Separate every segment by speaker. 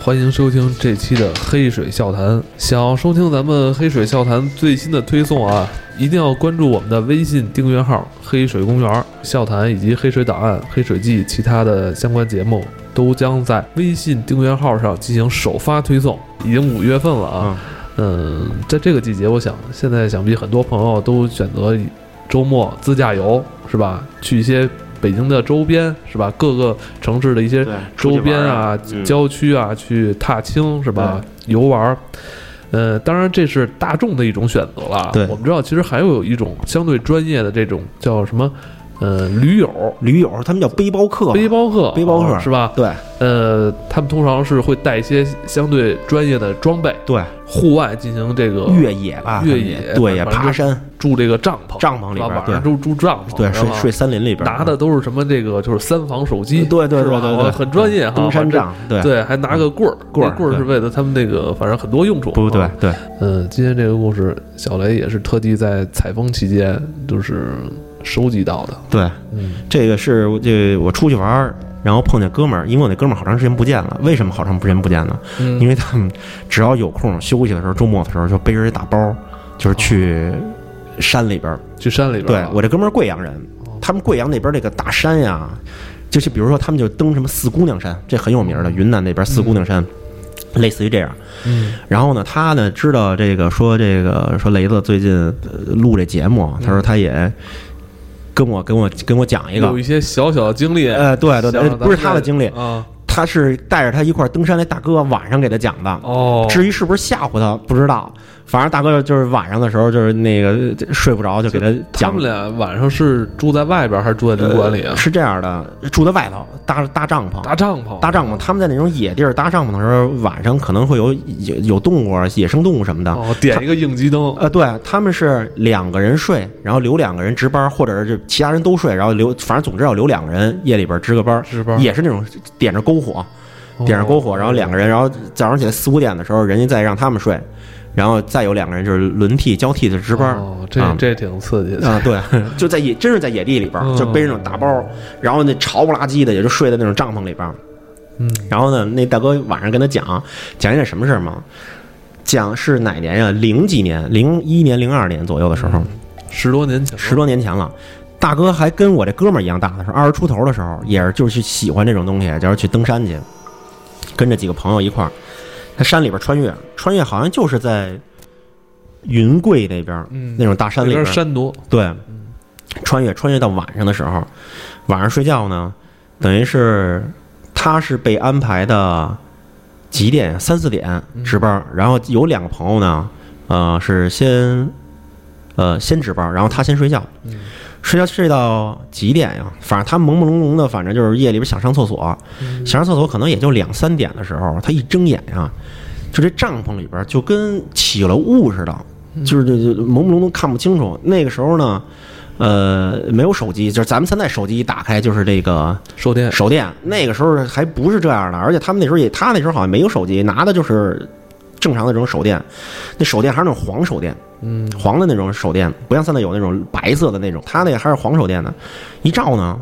Speaker 1: 欢迎收听这期的《黑水笑谈》。想要收听咱们《黑水笑谈》最新的推送啊，一定要关注我们的微信订阅号“黑水公园”、“笑谈”以及《黑水档案》、《黑水记》其他的相关节目都将在微信订阅号上进行首发推送。已经五月份了啊，嗯，在这个季节，我想现在想必很多朋友都选择以周末自驾游是吧？去一些北京的周边是吧？各个城市的一些
Speaker 2: 对，出去
Speaker 1: 周边
Speaker 2: 玩
Speaker 1: 啊、
Speaker 2: 嗯
Speaker 1: 郊区啊去踏青是吧？游玩儿。呃，当然这是大众的一种选择了。啊
Speaker 3: 对
Speaker 1: 我们知道，其实还有一种相对专业的这种叫什么，呃，驴友、
Speaker 3: 驴友，他们叫背包客嘛，
Speaker 1: 背包客、
Speaker 3: 背包客
Speaker 1: 是吧？
Speaker 3: 对
Speaker 1: 呃，他们通常是会带一些相对专业的装备，
Speaker 3: 对，
Speaker 1: 户外进行这个
Speaker 3: 越野吧，
Speaker 1: 越野
Speaker 3: 对，
Speaker 1: 反正
Speaker 3: 爬山，
Speaker 1: 住这个帐篷，
Speaker 3: 帐篷里
Speaker 1: 是吧
Speaker 3: 边
Speaker 1: 晚上
Speaker 3: 对
Speaker 1: 住住帐篷，
Speaker 3: 对，
Speaker 1: 是吧
Speaker 3: 睡睡森林里边
Speaker 1: 拿的都是什么这个就是三防手机，
Speaker 3: 对对对
Speaker 1: 是吧
Speaker 3: 对对，对嗯
Speaker 1: 很专业哈，
Speaker 3: 登山
Speaker 1: 这
Speaker 3: 杖，对嗯
Speaker 1: 对，还拿个棍儿，
Speaker 3: 棍儿
Speaker 1: 那棍儿是为了他们那个，反正很多用处。
Speaker 3: 不对
Speaker 1: 啊
Speaker 3: 对，
Speaker 1: 嗯，今天这个故事，小雷也是特地在采风期间就是收集到的。
Speaker 3: 对，
Speaker 1: 嗯，
Speaker 3: 这个是我这我出去玩儿，然后碰见哥们儿，因为我那哥们儿好长时间不见了。为什么好长时间不见呢？因
Speaker 1: 嗯
Speaker 3: 为他们只要有空休息的时候，周末的时候就背着一大包，就是去山里边儿。
Speaker 1: 去山里边
Speaker 3: 对
Speaker 1: 儿啊，
Speaker 3: 我这哥们儿贵阳人，
Speaker 1: 哦
Speaker 3: 他们贵阳那边那个大山呀，就是比如说他们就登什么四姑娘山，这很有名的，云南那边四姑娘山，类似于这样。
Speaker 1: 嗯
Speaker 3: 然后呢，他呢知道这个说这个说雷子最近呃录这节目，他说他也跟我跟我跟我讲一个
Speaker 1: 有，嗯一些小小的经历，
Speaker 3: 呃，对对对，
Speaker 1: 想让
Speaker 3: 呃
Speaker 1: 咱们
Speaker 3: 不是他的经历，
Speaker 1: 啊，
Speaker 3: 他是带着他一块儿登山那大哥晚上给他讲的。
Speaker 1: 哦，
Speaker 3: 至于是不是吓唬他，不知道。反正大哥就是晚上的时候，就是那个呃睡不着，就给他
Speaker 1: 他
Speaker 3: 讲
Speaker 1: 们俩晚上是住在外边儿还是住在旅馆里啊？
Speaker 3: 呃是这样的，住在外头搭搭帐篷，
Speaker 1: 搭帐篷，
Speaker 3: 搭帐篷。他们在那种野地儿搭帐篷的时候，晚上可能会有有有动物啊，野生动物什么的。
Speaker 1: 哦，点一个应急灯，
Speaker 3: 呃，对，他们是两个人睡，然后留两个人值班，或者是就其他人都睡，然后留，反正总之要留两个人夜里边值个班儿，
Speaker 1: 值班
Speaker 3: 也是那种点着篝火，
Speaker 1: 哦
Speaker 3: 点着篝火，然后两个人，然后早上起来四五点的时候，人家再让他们睡，然后再有两个人就是轮替交替的值
Speaker 1: 值
Speaker 3: 班儿。
Speaker 1: 哦，这
Speaker 3: 啊
Speaker 1: 这挺刺激的。
Speaker 3: 啊，对， 就在野，真是在野地里边儿，就
Speaker 1: 哦
Speaker 3: 背着那种大包儿，然后那潮不拉几的，也就睡在那种帐篷里边儿。
Speaker 1: 嗯，
Speaker 3: 然后呢，那大哥晚上跟他讲，讲一件什么事儿吗？讲是哪年呀、零几年，零一年、零二年左右的时
Speaker 1: 嗯
Speaker 3: 候，
Speaker 1: 十多年前了，
Speaker 3: 十多年前了。大哥还跟我这哥们儿一样大的时候，二十出头的时候，也是就是喜欢这种东西，就是去登山去，跟着几个朋友一块儿，在山里边穿越，穿越好像就是在云贵那边儿
Speaker 1: 嗯，
Speaker 3: 那种大山里
Speaker 1: 那
Speaker 3: 边
Speaker 1: 边
Speaker 3: 儿，
Speaker 1: 山多，
Speaker 3: 对，穿越穿越到晚上的时候，晚上睡觉呢，等于是他是被安排的几点？三四点
Speaker 1: 嗯
Speaker 3: 值班儿，然后有两个朋友呢，呃，是先呃先值班儿，然后他先睡觉，
Speaker 1: 嗯
Speaker 3: 睡觉睡到几点呀？反正他朦朦胧胧的，反正就是夜里边想上厕所，
Speaker 1: 嗯
Speaker 3: 想上厕所可能也就两三点的时候，他一睁眼呀，就这帐篷里边就跟起了雾似的，就是这这朦朦胧胧看不清楚。那个时候呢，呃，没有手机，就是咱们现在手机一打开就是这个
Speaker 1: 手电
Speaker 3: 手电，那个时候还不是这样的，而且他们那时候也，他那时候好像没有手机，拿的就是正常的这种手电，那手电还是那种黄手电，
Speaker 1: 嗯，
Speaker 3: 黄的那种手电，不像现在有那种白色的那种，他那个还是黄手电的，一照呢，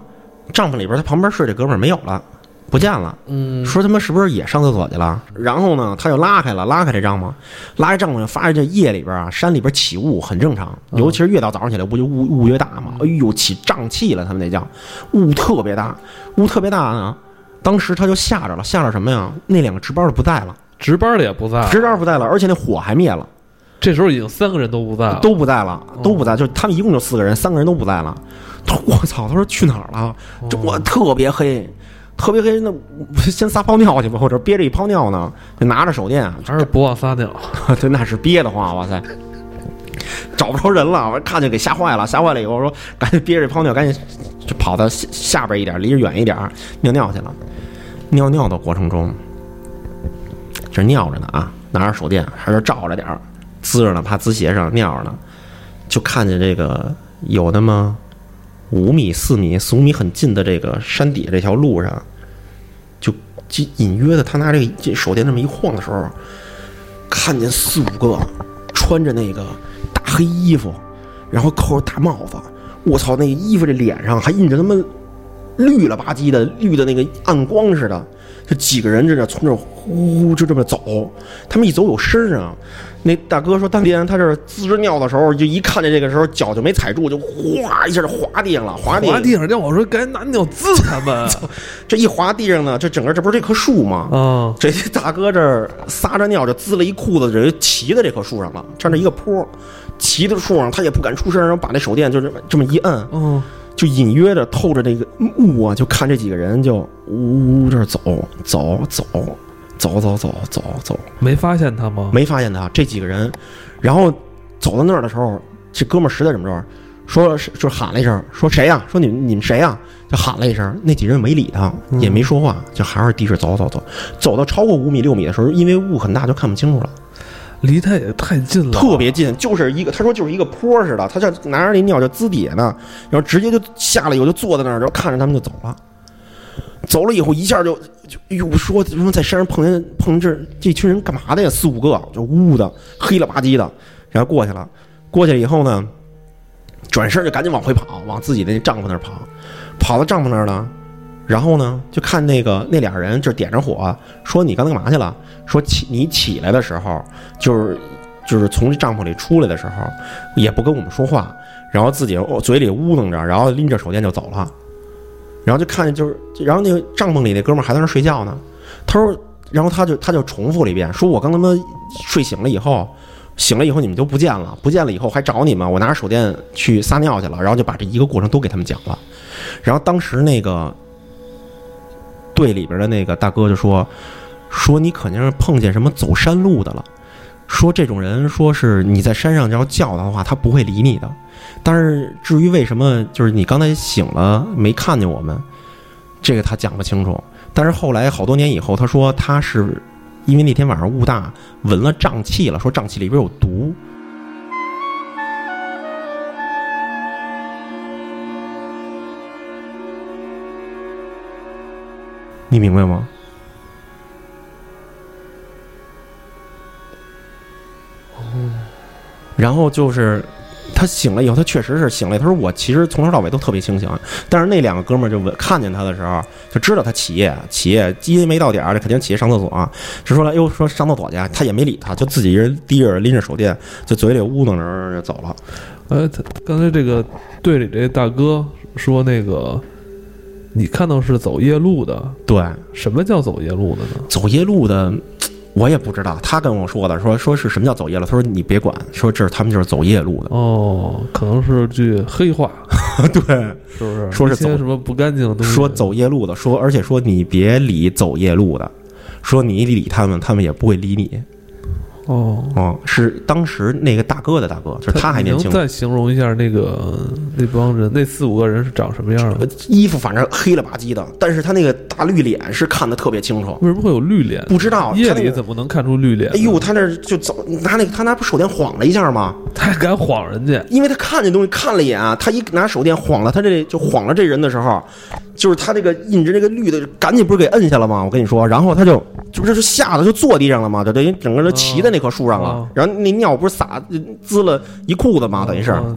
Speaker 3: 帐篷里边他旁边睡这哥们儿没有了，不见了。
Speaker 1: 嗯，
Speaker 3: 说他妈是不是也上厕所去了？然后呢，他又拉开了，拉开这帐篷，拉开帐篷，发现这夜里边啊，山里边起雾很正常，
Speaker 1: 嗯
Speaker 3: 尤其是越到早上起来，不就雾雾越大嘛？哎呦，起瘴气了，他们那叫雾特别大，雾特别大呢。当时他就吓着了，吓着什么呀？那两个值班的不在了，
Speaker 1: 值班的也不在，
Speaker 3: 值班不在了，而且那火还灭了，
Speaker 1: 这时候已经三个人都不在了，
Speaker 3: 都不在了，都不在，就他们一共就四个人，三个人都不在了。他说我操，他说去哪儿了？这我特别黑，特别黑，那我先撒泡尿去吧，或者憋着一泡尿呢，就拿着手电，
Speaker 1: 还是不忘撒尿，
Speaker 3: 对，那是憋得慌，哇塞，找不着人了，我看见给吓坏了，吓坏了以后说赶紧憋着泡尿，赶紧就跑到下下边一点，离着远一点尿尿去了。尿尿的过程中，这尿着呢啊，拿着手电还是照着点儿，滋着呢，怕滋鞋上尿着呢，就看见这个有那么五米、四米、四五米很近的这个山底下这条路上，就就隐约的，他拿这个这手电这么一晃的时候，看见四五个穿着那个大黑衣服，然后扣着大帽子，我操，那个衣服这脸上还印着他妈绿了吧唧的，绿的那个暗光似的，就几个人就这从这呼呼就这么走，他们一走有声儿啊。那大哥说，当年他这滋着尿的时候，就一看见这个时候脚就没踩住，就哗一下就滑地上了，滑地
Speaker 1: 滑地上，让我说赶紧拿尿滋他 们
Speaker 3: 这一滑地上呢，这整个这不是这棵树吗？
Speaker 1: 啊！
Speaker 3: 这大哥这儿撒着尿就滋了一裤子人，骑在这棵树上了，站着一个坡，骑在树上，他也不敢出声，然后把那手电就这么这么一摁，
Speaker 1: 嗯，
Speaker 3: 就隐约的透着那个雾啊，就看这几个人就呜呜这儿走走走走走走走走，
Speaker 1: 没发现他吗？
Speaker 3: 没发现他这几个人，然后走到那儿的时候，这哥们儿实在忍不住，说是就喊了一声，说谁呀、说你们你们谁呀、就喊了一声，那几人没理他，也没说话，就还是低着走走走，走到超过五米六米的时候，因为雾很大，就看不清楚了，
Speaker 1: 离他也太近了，
Speaker 3: 特别近，就是一个他说就是一个坡似的，他就拿着那尿就滋底下呢，然后直接就下来以后就坐在那儿，然后看着他们就走了。走了以后，一下就就哎呦，说说在山上碰见碰见这这群人干嘛的呀？四五个，就呜的黑了吧唧的，然后过去了。过去了以后呢，转身就赶紧往回跑，往自己的那帐篷那儿跑。跑到帐篷那儿呢，然后呢，就看那个那俩人就点着火，说你刚才干嘛去了？说起你起来的时候，就是就是从这帐篷里出来的时候，也不跟我们说话，然后自己哦嘴里呜囔着，然后拎着手电就走了。然后就看见就是，然后那个帐篷里那哥们儿还在那儿睡觉呢。他说，然后他就他就重复了一遍，说我刚他妈睡醒了以后，醒了以后你们都不见了，不见了以后还找你们，我拿着手电去撒尿去了，然后就把这一个过程都给他们讲了。然后当时那个队里边的那个大哥就说，说你肯定是碰见什么走山路的了。说这种人，说是你在山上要叫他的话，他不会理你的。但是至于为什么，就是你刚才醒了没看见我们，这个他讲不清楚。但是后来好多年以后，他说他是因为那天晚上雾大，闻了瘴气了，说瘴气里边有毒。你明白吗？然后就是他醒了以后，他确实是醒了。他说我其实从头到尾都特别清醒，但是那两个哥们儿就闻看见他的时候，就知道他起夜起夜，因为没到点儿，这肯定起夜上厕所、啊，就说了，哟，说上厕所去，他也没理他，就自己一人提着拎着手电，就嘴里呜囔着就走了。
Speaker 1: 哎，他刚才这个队里这大哥说那个，你看到是走夜路的，
Speaker 3: 对，
Speaker 1: 什么叫走夜路的呢？
Speaker 3: 走夜路的。我也不知道，他跟我说的，说说是什么叫走夜路。他说你别管，说这是他们就是走夜路的。
Speaker 1: 哦，可能是句黑 话，
Speaker 3: 对，
Speaker 1: 是不是？
Speaker 3: 说是
Speaker 1: 一些
Speaker 3: 走
Speaker 1: 什么不干净的东西，
Speaker 3: 说走夜路的，说而且说你别理走夜路的，说你理他们，他们也不会理你。
Speaker 1: 哦。
Speaker 3: 哦，是当时那个大哥的大哥，就是他还
Speaker 1: 你
Speaker 3: 年轻
Speaker 1: 能，再形容一下那个那帮人，那四五个人是长什么样的？
Speaker 3: 衣服反正黑了吧唧的，但是他那个大绿脸是看得特别清楚，
Speaker 1: 为什么会有绿脸？
Speaker 3: 不知道
Speaker 1: 夜
Speaker 3: 他那
Speaker 1: 里
Speaker 3: 个
Speaker 1: 怎么能看出绿脸呢？
Speaker 3: 哎呦，他那儿就走拿那个他拿手电晃了一下嘛，
Speaker 1: 他还敢晃人家！
Speaker 3: 因为他看见东西看了一眼啊，他一拿手电晃了他这就晃了这人的时候，就是他这个印着这个绿的，赶紧不是给摁下了吗？我跟你说，然后他就这不是就吓得就坐地上了吗？就等于整个人骑在那棵树上了
Speaker 1: 哦，
Speaker 3: 然后那尿不是洒滋了一裤子吗？等于是
Speaker 1: 嗯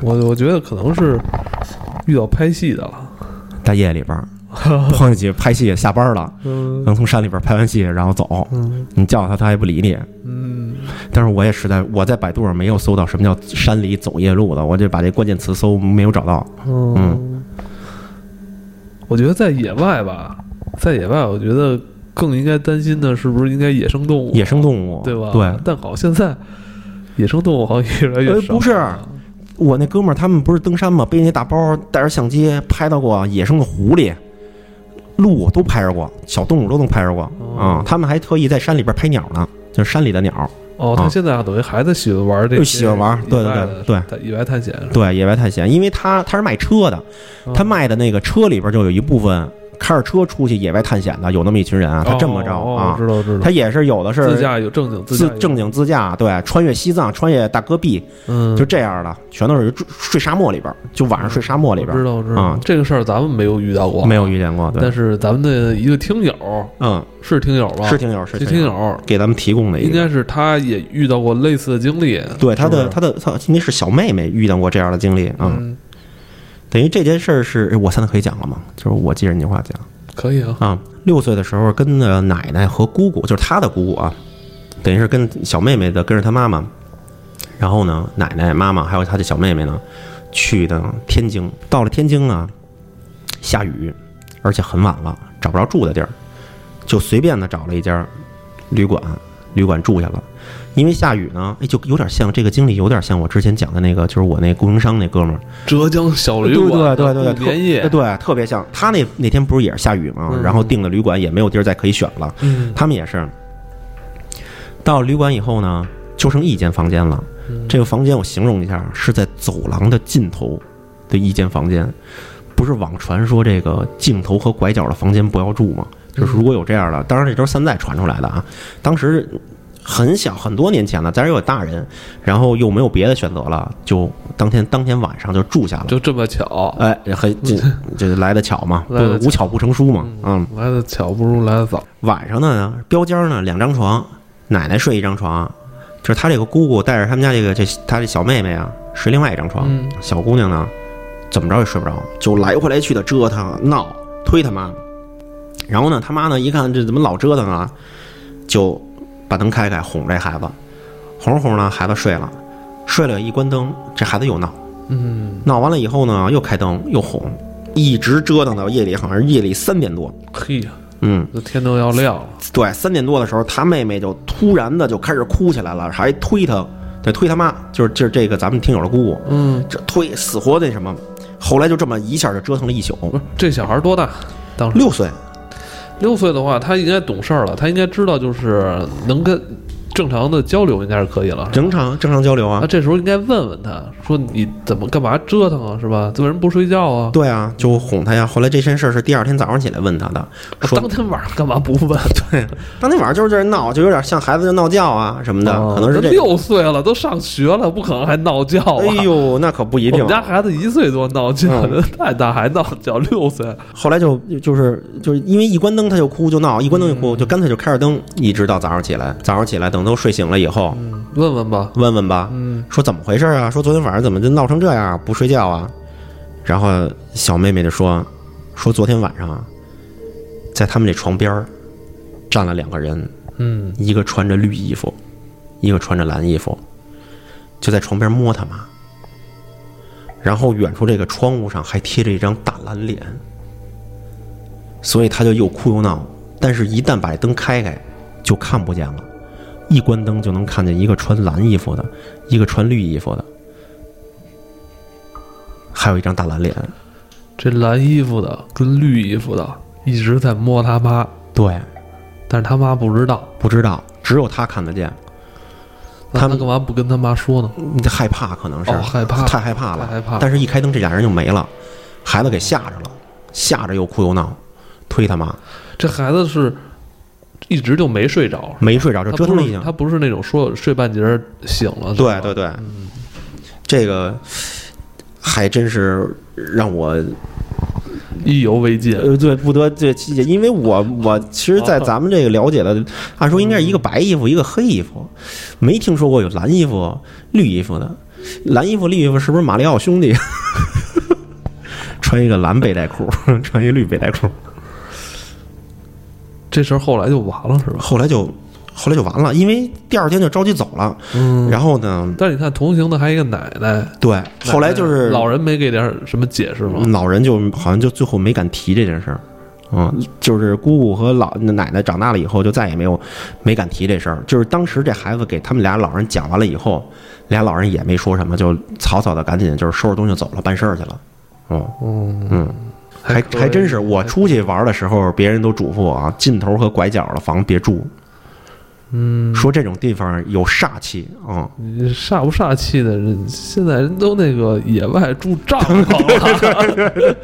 Speaker 1: 我我觉得可能是遇到拍戏的了。
Speaker 3: 大夜里边 儿碰见几个拍戏下班了，
Speaker 1: 嗯
Speaker 3: 能从山里边拍完戏然后走，
Speaker 1: 嗯
Speaker 3: 你叫他他也不理你。
Speaker 1: 嗯，
Speaker 3: 但是我也实在我在百度上没有搜到什么叫山里走夜路的，我就把这关键词搜没有找到。
Speaker 1: 嗯，我觉得在野外吧，在野外，我觉得更应该担心的是不是应该野生动物，
Speaker 3: 野生动物，
Speaker 1: 对吧？
Speaker 3: 对，
Speaker 1: 但好，现在野生动物好像越来越
Speaker 3: 呃
Speaker 1: 少了。
Speaker 3: 不是我那哥们儿他们不是登山嘛，背那大包，带着相机拍到过野生的狐狸、鹿都拍着过，小动物都能拍着过啊、
Speaker 1: 哦
Speaker 3: 他们还特意在山里边拍鸟呢，就是山里的鸟。
Speaker 1: 哦，他
Speaker 3: 啊
Speaker 1: 现在等于还在喜欢玩这
Speaker 3: 就
Speaker 1: 些
Speaker 3: 喜欢玩对对对啊
Speaker 1: 野外的野外探险。
Speaker 3: 对，野外探险，因为他他是卖车的，
Speaker 1: 哦
Speaker 3: 他卖的那个车里边就有一部分开着车出去野外探险的，有那么一群人啊，他这么着
Speaker 1: 哦哦
Speaker 3: 啊
Speaker 1: 我，知道知道
Speaker 3: 他，也是有的是
Speaker 1: 自驾有正经
Speaker 3: 自
Speaker 1: 驾有
Speaker 3: 正经自驾，对，穿越西藏，穿越大戈壁，
Speaker 1: 嗯，
Speaker 3: 就这样的，全都是睡睡沙漠里边儿，就晚上睡沙漠里边
Speaker 1: 我知
Speaker 3: 儿，
Speaker 1: 道我知道、
Speaker 3: 啊
Speaker 1: 这个事儿咱们没有遇到过，
Speaker 3: 没有遇见过，对
Speaker 1: 但，是咱们的一个听友
Speaker 3: 嗯，
Speaker 1: 是听友吧？
Speaker 3: 是听友，是
Speaker 1: 是听
Speaker 3: 友
Speaker 1: 友，
Speaker 3: 给咱们提供的一
Speaker 1: 应
Speaker 3: 个，
Speaker 1: 该是他也遇到过类似的经历。
Speaker 3: 对他
Speaker 1: 是不嗯
Speaker 3: 的
Speaker 1: 是
Speaker 3: 他的他应该是小妹妹遇见过这样的经历啊，
Speaker 1: 嗯，
Speaker 3: 等于这件事儿是哎我现在可以讲了吗？就是我记着你话讲
Speaker 1: 可以啊，
Speaker 3: 啊，六岁的时候跟着奶奶和姑姑，就是她的姑姑啊，等于是跟小妹妹的跟着她妈妈，然后呢，奶奶、妈妈还有她的小妹妹呢，去的天津。到了天津呢，下雨，而且很晚了，找不着住的地儿，就随便的找了一家旅馆，旅馆住下了。因为下雨呢，哎，就有点像这个经历，有点像我之前讲的那个，就是我那供应商那哥们儿，
Speaker 1: 浙江小哦旅
Speaker 3: 对
Speaker 1: 馆，
Speaker 3: 对对对对，
Speaker 1: 连夜，
Speaker 3: 对，特别像他那那天不是也是下雨嘛，
Speaker 1: 嗯
Speaker 3: 然后订的旅馆也没有地儿再可以选了，
Speaker 1: 嗯，
Speaker 3: 他们也是到旅馆以后呢，就剩一间房间了。
Speaker 1: 嗯
Speaker 3: 这个房间我形容一下，是在走廊的尽头的一间房间，不是网传说这个镜头和拐角的房间不要住吗？
Speaker 1: 嗯
Speaker 3: 就是如果有这样的，当然这都是现在传出来的啊。当时很小，很多年前了，咱又有大人，然后又没有别的选择了，就当天当天晚上就住下了。
Speaker 1: 就这么巧，
Speaker 3: 哎，很这这来的巧嘛，不
Speaker 1: 来得巧
Speaker 3: 无巧不成书嘛，嗯。
Speaker 1: 来的巧不如来的早，
Speaker 3: 晚上呢，标间儿呢两张床，奶奶睡一张床，就是她这个姑姑带着他们家这个这她这小妹妹啊睡另外一张床，
Speaker 1: 嗯
Speaker 3: 小姑娘呢怎么着也睡不着，就来回来去的折腾闹推她妈，然后呢他妈呢一看这怎么老折腾啊，就把灯开开哄这孩子，哄着哄着呢孩子睡了，睡了一关灯，这孩子又闹，
Speaker 1: 嗯，
Speaker 3: 闹完了以后呢又开灯又哄，一直折腾到夜里，好像是夜里三点多，
Speaker 1: 嘿呀，
Speaker 3: 嗯。
Speaker 1: 这天都要亮了，
Speaker 3: 对，三点多的时候，他妹妹就突然的就开始哭起来了，还推他，对，推他妈，就是就是这个咱们听友的姑姑，
Speaker 1: 嗯，
Speaker 3: 这推死活那什么，后来就这么一下就折腾了一宿，
Speaker 1: 不是这小孩多大？当时
Speaker 3: 六岁，
Speaker 1: 六岁的话，他应该懂事儿了，他应该知道就是能跟正常的交流应该是可以了。
Speaker 3: 正常正常交流
Speaker 1: 那
Speaker 3: 啊，
Speaker 1: 这时候应该问问他说你怎么干嘛折腾啊，是吧？怎么人不睡觉啊？
Speaker 3: 对啊，就哄他呀。后来这件事儿是第二天早上起来问他的，说啊
Speaker 1: 当天晚上干嘛不 问？
Speaker 3: 当天晚上就是这闹，就有点像孩子就闹觉啊什么的，
Speaker 1: 哦
Speaker 3: 可能是这个。
Speaker 1: 六岁了，都上学了，不可能还闹觉啊！
Speaker 3: 哎呦，那可不一
Speaker 1: 我
Speaker 3: 定
Speaker 1: 们。家孩子一岁多闹觉，
Speaker 3: 嗯
Speaker 1: 太大还闹觉，六岁。
Speaker 3: 后来就就是就是因为一关灯他就哭就闹，一关灯就
Speaker 1: 嗯
Speaker 3: 哭，就干脆就开着灯，一直到早上起来。早上起来等都睡醒了以后，
Speaker 1: 问问吧，
Speaker 3: 问问吧，
Speaker 1: 嗯，
Speaker 3: 说怎么回事啊？说昨天晚上怎么就闹成这样啊，不睡觉啊？然后小妹妹就说，说昨天晚上啊在他们这床边儿站了两个人，
Speaker 1: 嗯，
Speaker 3: 一个穿着绿衣服，一个穿着蓝衣服，就在床边摸他妈。然后远处这个窗户上还贴着一张大蓝脸，所以他就又哭又闹。但是，一旦把这灯开开，就看不见了。一关灯就能看见一个穿蓝衣服的，一个穿绿衣服的，还有一张大蓝脸。
Speaker 1: 这蓝衣服的跟绿衣服的一直在摸他妈，
Speaker 3: 对，
Speaker 1: 但是他妈不知道，
Speaker 3: 不知道，只有他看得见。
Speaker 1: 那
Speaker 3: 他
Speaker 1: 他
Speaker 3: 们
Speaker 1: 干嘛不跟他妈说呢？
Speaker 3: 你这害怕可能是、
Speaker 1: 哦，害怕，
Speaker 3: 太害怕了，
Speaker 1: 太害怕了
Speaker 3: 但是，一开灯，这俩人就没了，孩子给吓着了，吓着又哭又闹，推他妈，
Speaker 1: 这孩子是一直就没睡着，
Speaker 3: 没睡着，就
Speaker 1: 他
Speaker 3: 折腾啊
Speaker 1: 不
Speaker 3: 了一
Speaker 1: 是
Speaker 3: 宿。
Speaker 1: 他不是那种说睡半截儿醒了，是嗯吧
Speaker 3: 对对，对，这个还真是让我
Speaker 1: 意犹未尽。
Speaker 3: 呃对不得这气结，因为我我其实，在咱们这个了解的，按说应该是一个白衣服，一个黑衣服，没听说过有蓝衣服、绿衣服的。蓝衣服、绿衣服是不是马里奥兄弟？ 穿一个蓝背带裤， 穿一绿背带裤。
Speaker 1: 这事儿后来就完了，是吧？
Speaker 3: 后来就后来就完了，因为第二天就着急走了。
Speaker 1: 嗯。
Speaker 3: 然后呢，
Speaker 1: 但是你看，同行的还有一个奶奶，
Speaker 3: 对，后来就是嗯
Speaker 1: 老人没给点儿什么解释吗？
Speaker 3: 老人就好像就最后没敢提这件事儿。嗯，就是姑姑和老奶奶长大了以后，就再也没有没敢提这事儿。就是当时这孩子给他们俩老人讲完了以后，俩老人也没说什么，就草草的赶紧就是收拾东西就走了，办事儿去了。哦，
Speaker 1: 嗯，
Speaker 3: 嗯，还
Speaker 1: 可以
Speaker 3: 还真是，我出去玩的时候，别人都嘱咐我啊，尽头和拐角的房别住。嗯，说这种地方有煞气啊、嗯
Speaker 1: 你煞不煞气的人，现在人都那个野外住帐 篷了，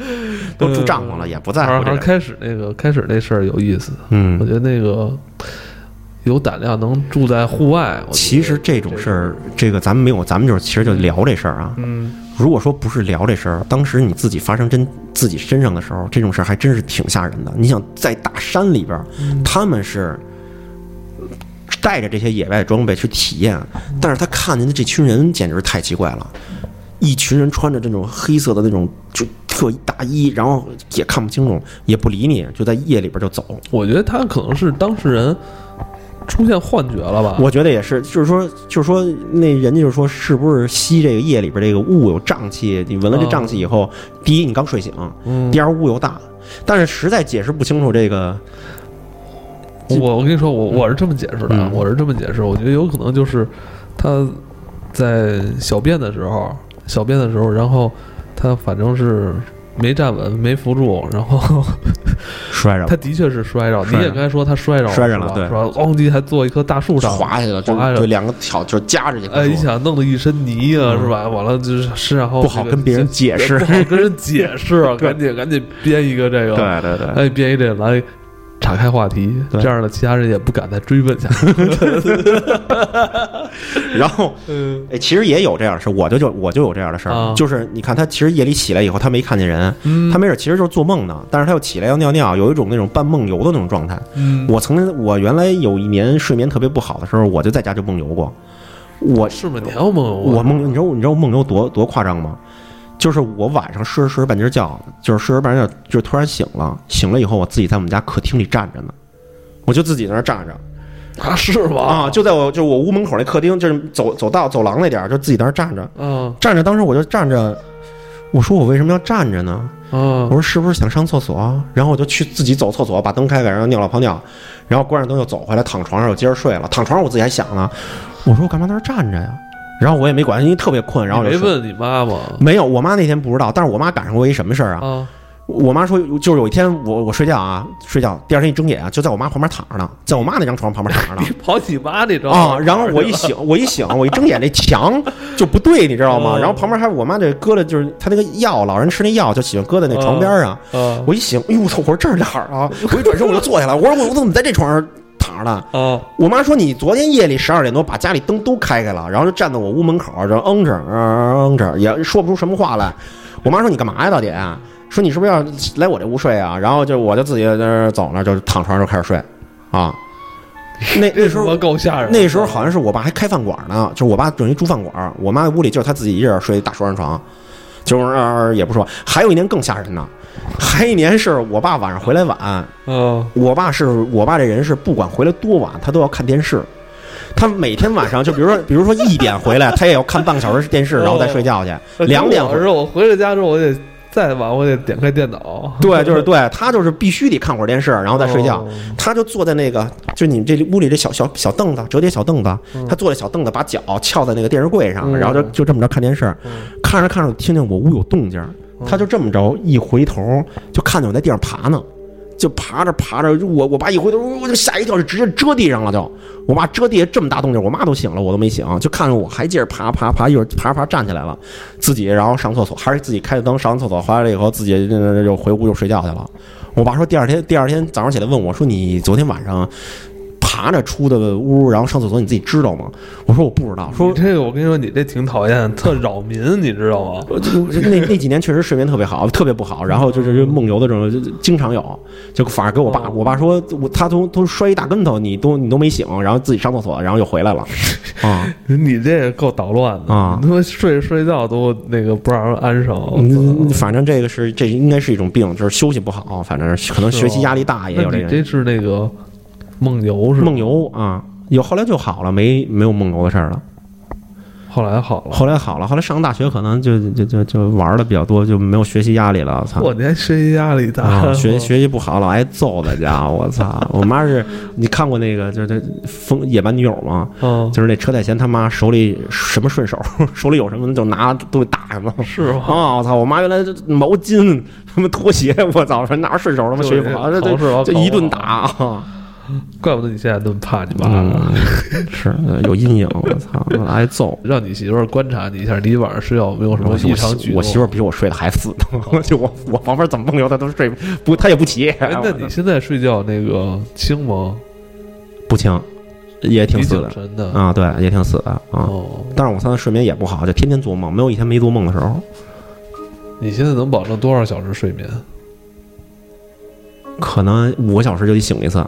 Speaker 3: 都住帐篷了，也不在
Speaker 1: 还
Speaker 3: 乎
Speaker 1: 是
Speaker 3: 这
Speaker 1: 还是
Speaker 3: 个。
Speaker 1: 开始那个开始那事儿有意思，
Speaker 3: 嗯
Speaker 1: 我，觉得那个有胆量能住在户外，我觉得
Speaker 3: 其实这种事儿，这个咱们没有，咱们就是其实就聊这事儿啊。
Speaker 1: 嗯，
Speaker 3: 如果说不是聊这事儿，当时你自己发生真自己身上的时候，这种事儿还真是挺吓人的。你想在大山里边儿，
Speaker 1: 嗯
Speaker 3: 他们是
Speaker 1: 嗯
Speaker 3: 带着这些野外装备去体验，但是他看见的这群人简直太奇怪了。一群人穿着这种黑色的那种就特大衣，然后也看不清楚，也不理你，就在夜里边就走。
Speaker 1: 我觉得他可能是当事人出现幻觉了吧？
Speaker 3: 我觉得也是，就是说，就是说，那人家就说是不是吸这个夜里边这个雾有瘴气？你闻了这
Speaker 1: 啊
Speaker 3: 瘴气以后，第一你刚睡醒，
Speaker 1: 嗯
Speaker 3: 第二雾又大，但是实在解释不清楚这个。
Speaker 1: 我我跟你说，我我是这么解释的啊，
Speaker 3: 嗯
Speaker 1: 我是这么解释，我觉得有可能就是他在小便的时候，小便的时候，然后他反正是没站稳，没扶住，然后
Speaker 3: 摔着
Speaker 1: 他的确是摔着，你
Speaker 3: 摔着
Speaker 1: 也该说他摔着
Speaker 3: 摔着
Speaker 1: 是
Speaker 3: 了
Speaker 1: 吧
Speaker 3: 对
Speaker 1: 是吧？咣叽还坐一棵大树上，
Speaker 3: 滑下去了，就
Speaker 1: 滑下去了
Speaker 3: 就两个挑就夹着去，
Speaker 1: 哎，你想弄得一身泥呀、
Speaker 3: 嗯
Speaker 1: 是吧？完了就是身上还有
Speaker 3: 不好
Speaker 1: 这个
Speaker 3: 跟别人 解释
Speaker 1: 不。好跟人解释，啊
Speaker 3: 对
Speaker 1: 赶紧赶紧编一个这个，
Speaker 3: 对对对，
Speaker 1: 哎，编一这个来岔开话题，
Speaker 3: 对
Speaker 1: 这样呢，其他人也不敢再追问下 去。
Speaker 3: 然后。
Speaker 1: 嗯
Speaker 3: 哎，其实也有这样的事儿，我就就我就有这样的事儿，
Speaker 1: 啊嗯
Speaker 3: 就是你看他其实夜里起来以后，他没看见人，他没准其实就是做梦呢，但是他又起来要尿尿，有一种那种半梦游的那种状态。
Speaker 1: 嗯，
Speaker 3: 我曾经我原来有一年睡眠特别不好的时候，我就在家就梦游过，我
Speaker 1: 是吗？你还要梦游
Speaker 3: 我
Speaker 1: 啊？
Speaker 3: 梦，你知道你知道我梦游多多夸张吗？就是我晚上睡着睡着半截觉，就是睡着半截觉，就突然醒了，醒了以后我自己在我们家客厅里站着呢，我就自己在那儿站着
Speaker 1: 啊，是吗？
Speaker 3: 啊，就在我就我屋门口那客厅，就是走走道走廊那点儿，就自己在那儿站着
Speaker 1: 啊
Speaker 3: 站着，当时我就站着。我说我为什么要站着呢？我
Speaker 1: 啊
Speaker 3: 说是不是想上厕所啊？然后我就去自己走厕所，把灯开开，然后尿了泡尿，然后关上灯又走回来，躺床上又接着睡了。躺床上我自己还想呢，我说我干嘛在那儿站着呀？然后我也没管，因为特别困，然后我
Speaker 1: 你
Speaker 3: 就
Speaker 1: 没
Speaker 3: 睡了
Speaker 1: 问你妈吗？
Speaker 3: 没有，我妈那天不知道，但是我妈赶上过一什么事儿啊？
Speaker 1: 啊
Speaker 3: 我妈说，就是有一天我我睡觉啊，睡觉，第二天一睁眼啊，就在我妈旁边躺着呢，在我妈那张床旁边躺 着呢
Speaker 1: 你跑你妈那招
Speaker 3: 啊。然后我一醒，我一醒，我一睁眼，那墙就不对，你知道吗
Speaker 1: 哦？
Speaker 3: 然后旁边还有我妈这搁的，就是她那个药，老人吃那药就喜欢搁在那床边儿啊。
Speaker 1: 啊
Speaker 3: 我一醒，哎呦我操！我说这是哪儿啊？我一转身我就坐下来，我说我我怎么在这床上躺着呢？
Speaker 1: 啊
Speaker 3: 我妈说你昨天夜里十二点多把家里灯都开开了，然后就站在我屋门口，然后嗯着嗯着，也说不出什么话来。我妈说你干嘛呀，到底？啊说你是不是要来我这屋睡啊？然后就我就自己在那儿走那儿，就躺床上就开始睡，啊。那那时
Speaker 1: 他妈
Speaker 3: 候
Speaker 1: 够吓人的。
Speaker 3: 那时候好像是我爸还开饭馆呢，就是我爸等于住饭馆，我妈屋里就是他自己一人睡大双人床，就是、呃、也不说。还有一年更吓人呢，还一年是我爸晚上回来晚，
Speaker 1: 啊
Speaker 3: 我爸是我爸这人是不管回来多晚，他都要看电视。他每天晚上就比如说，比如说一点回来，他也要看半个小时电视，然后再睡觉去。
Speaker 1: 哦
Speaker 3: 两点
Speaker 1: 我是我回了家之后，我得再晚我得点开电脑，
Speaker 3: 对，就是对他就是必须得看会儿电视，然后再睡觉。
Speaker 1: 哦。
Speaker 3: 他就坐在那个，就你们这屋里这小小小凳子，折叠小凳子，他坐在小凳子，把脚翘在那个电视柜上，
Speaker 1: 嗯
Speaker 3: 然后就就这么着看电视
Speaker 1: 嗯，
Speaker 3: 看着看着听见我屋有动静儿，他就这么着一回头就看见我在地上爬呢，就爬着爬着，我我爸一回头我就吓一跳，就直接遮地上了就，我爸遮地下这么大动静，我妈都醒了，我都没醒，就看着我还接着爬爬爬，一会儿爬着爬着站起来了，自己然后上厕所，还是自己开着灯上厕所，回来了以后自己呃就回屋就睡觉去了。我爸说第二天第二天早上起来问我说你昨天晚上爬着出的屋，然后上厕所你自己知道吗？我说我不知道，说
Speaker 1: 你这个，我跟你说，你这挺讨厌，特扰民，你知道吗？
Speaker 3: 我就那 那几年确实睡眠特别好，特别不好，然后就是就梦游的这种就就经常有，就反而给我爸，
Speaker 1: 哦
Speaker 3: 我爸说我他都都摔一大跟头，你都你都没醒，然后自己上厕所，然后又回来 了，啊，
Speaker 1: 你这个够捣乱的
Speaker 3: 啊
Speaker 1: 你他妈睡着睡觉都那个不让人安生。
Speaker 3: 嗯反正这个是这应该是一种病，就是休息不好，反正是可能
Speaker 1: 是
Speaker 3: 学习
Speaker 1: 哦
Speaker 3: 压力大也
Speaker 1: 那
Speaker 3: 有这
Speaker 1: 你
Speaker 3: 个
Speaker 1: 这是那个梦游是吗
Speaker 3: 梦？游啊。有后来就好了，没没有梦游的事儿了。
Speaker 1: 后来好了，
Speaker 3: 后来好了，后来上大学可能就就就就玩的比较多，就没有学习压力了。操！
Speaker 1: 我年学习压力
Speaker 3: 啊，
Speaker 1: 大，
Speaker 3: 学学习不好老挨揍在家，我操！我妈是，你看过那个就是那疯野蛮女友吗？
Speaker 1: 嗯，
Speaker 3: 就是那车太贤他妈手里什么顺手， 手里有什么就拿东西打什么。
Speaker 1: 是吗？
Speaker 3: 啊！我操！我妈原来这毛巾、什么拖鞋，我操！说拿顺手他妈学习不好，这
Speaker 1: 就是老
Speaker 3: 这
Speaker 1: 搞
Speaker 3: 这一顿打啊！
Speaker 1: 怪不得你现在那么怕你妈呢，
Speaker 3: 嗯， 是有阴影，我操，挨揍。
Speaker 1: 让你媳妇儿观察你一下，你晚上睡觉有没有什么
Speaker 3: 我
Speaker 1: 异常举动？
Speaker 3: 我媳妇儿比我睡得还死，就我我旁边怎么梦游她都睡不，她也不起。
Speaker 1: 哎，那你现在睡觉那个轻吗？
Speaker 3: 不轻，也挺
Speaker 1: 你
Speaker 3: 死
Speaker 1: 挺
Speaker 3: 的。
Speaker 1: 沉的。
Speaker 3: 啊，对，也挺死的啊。
Speaker 1: 嗯哦，
Speaker 3: 但是我现在睡眠也不好，就天天做梦，没有一天没做梦的时候。
Speaker 1: 你现在能保证多少小时睡眠？
Speaker 3: 可能五个小时就得醒一次，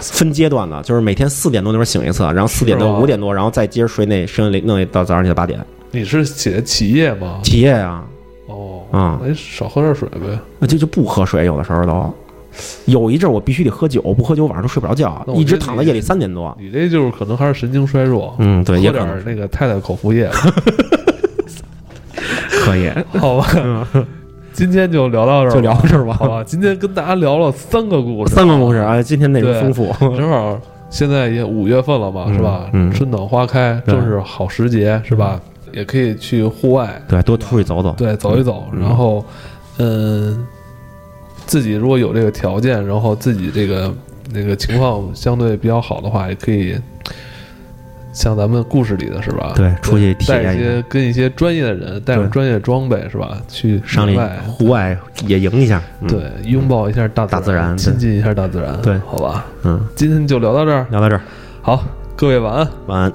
Speaker 3: 分阶段的，就是每天四点多那边醒一次，然后四点
Speaker 1: 是哦
Speaker 3: 多
Speaker 1: 吗
Speaker 3: 五点多，然后再接着睡那深夜里弄一到早上起来八点。
Speaker 1: 你是写企业吗？
Speaker 3: 企业啊，
Speaker 1: 哦，
Speaker 3: 啊
Speaker 1: 那你少喝点水呗。
Speaker 3: 那就就不喝水，有的时候都。有一阵儿我必须得喝酒，不喝酒晚上都睡不着觉
Speaker 1: 那，我
Speaker 3: 一直
Speaker 1: 觉得
Speaker 3: 躺
Speaker 1: 你
Speaker 3: 到夜里三点多。
Speaker 1: 你这就是可能还是神经衰弱，
Speaker 3: 嗯，对，也
Speaker 1: 喝
Speaker 3: 可
Speaker 1: 点
Speaker 3: 能
Speaker 1: 儿那个太太口服 液吧，
Speaker 3: 可以，
Speaker 1: 好吧？今天就聊到这儿，
Speaker 3: 嗯就聊到这儿吧
Speaker 1: 好吧？今天跟大家聊了三个故事，
Speaker 3: 三个故事啊，今天内容
Speaker 1: 对
Speaker 3: 丰富。
Speaker 1: 正好现在也五月份了嘛，是吧？
Speaker 3: 嗯
Speaker 1: 春暖花开，
Speaker 3: 对嗯
Speaker 1: 正是好时节，是吧？也可以去户外，
Speaker 3: 对，多出去走走。
Speaker 1: 对，走一走，
Speaker 3: 嗯
Speaker 1: 然后，嗯，自己如果有这个条件，然后自己这个那个情况相对比较好的话，也可以像咱们故事里的是吧？
Speaker 3: 对出去体验
Speaker 1: 带一
Speaker 3: 一下
Speaker 1: 些跟一些专业的人，带上
Speaker 3: 对
Speaker 1: 专业装备是吧？去
Speaker 3: 上
Speaker 1: 野
Speaker 3: 里
Speaker 1: 外，
Speaker 3: 户外野营一下。嗯
Speaker 1: 对，，拥抱一下大
Speaker 3: 大自然对
Speaker 1: 亲近一下大自然，
Speaker 3: 对
Speaker 1: 好吧？
Speaker 3: 嗯，
Speaker 1: 今天就聊到这儿，
Speaker 3: 聊到这儿，
Speaker 1: 好，各位晚安。
Speaker 3: 晚安。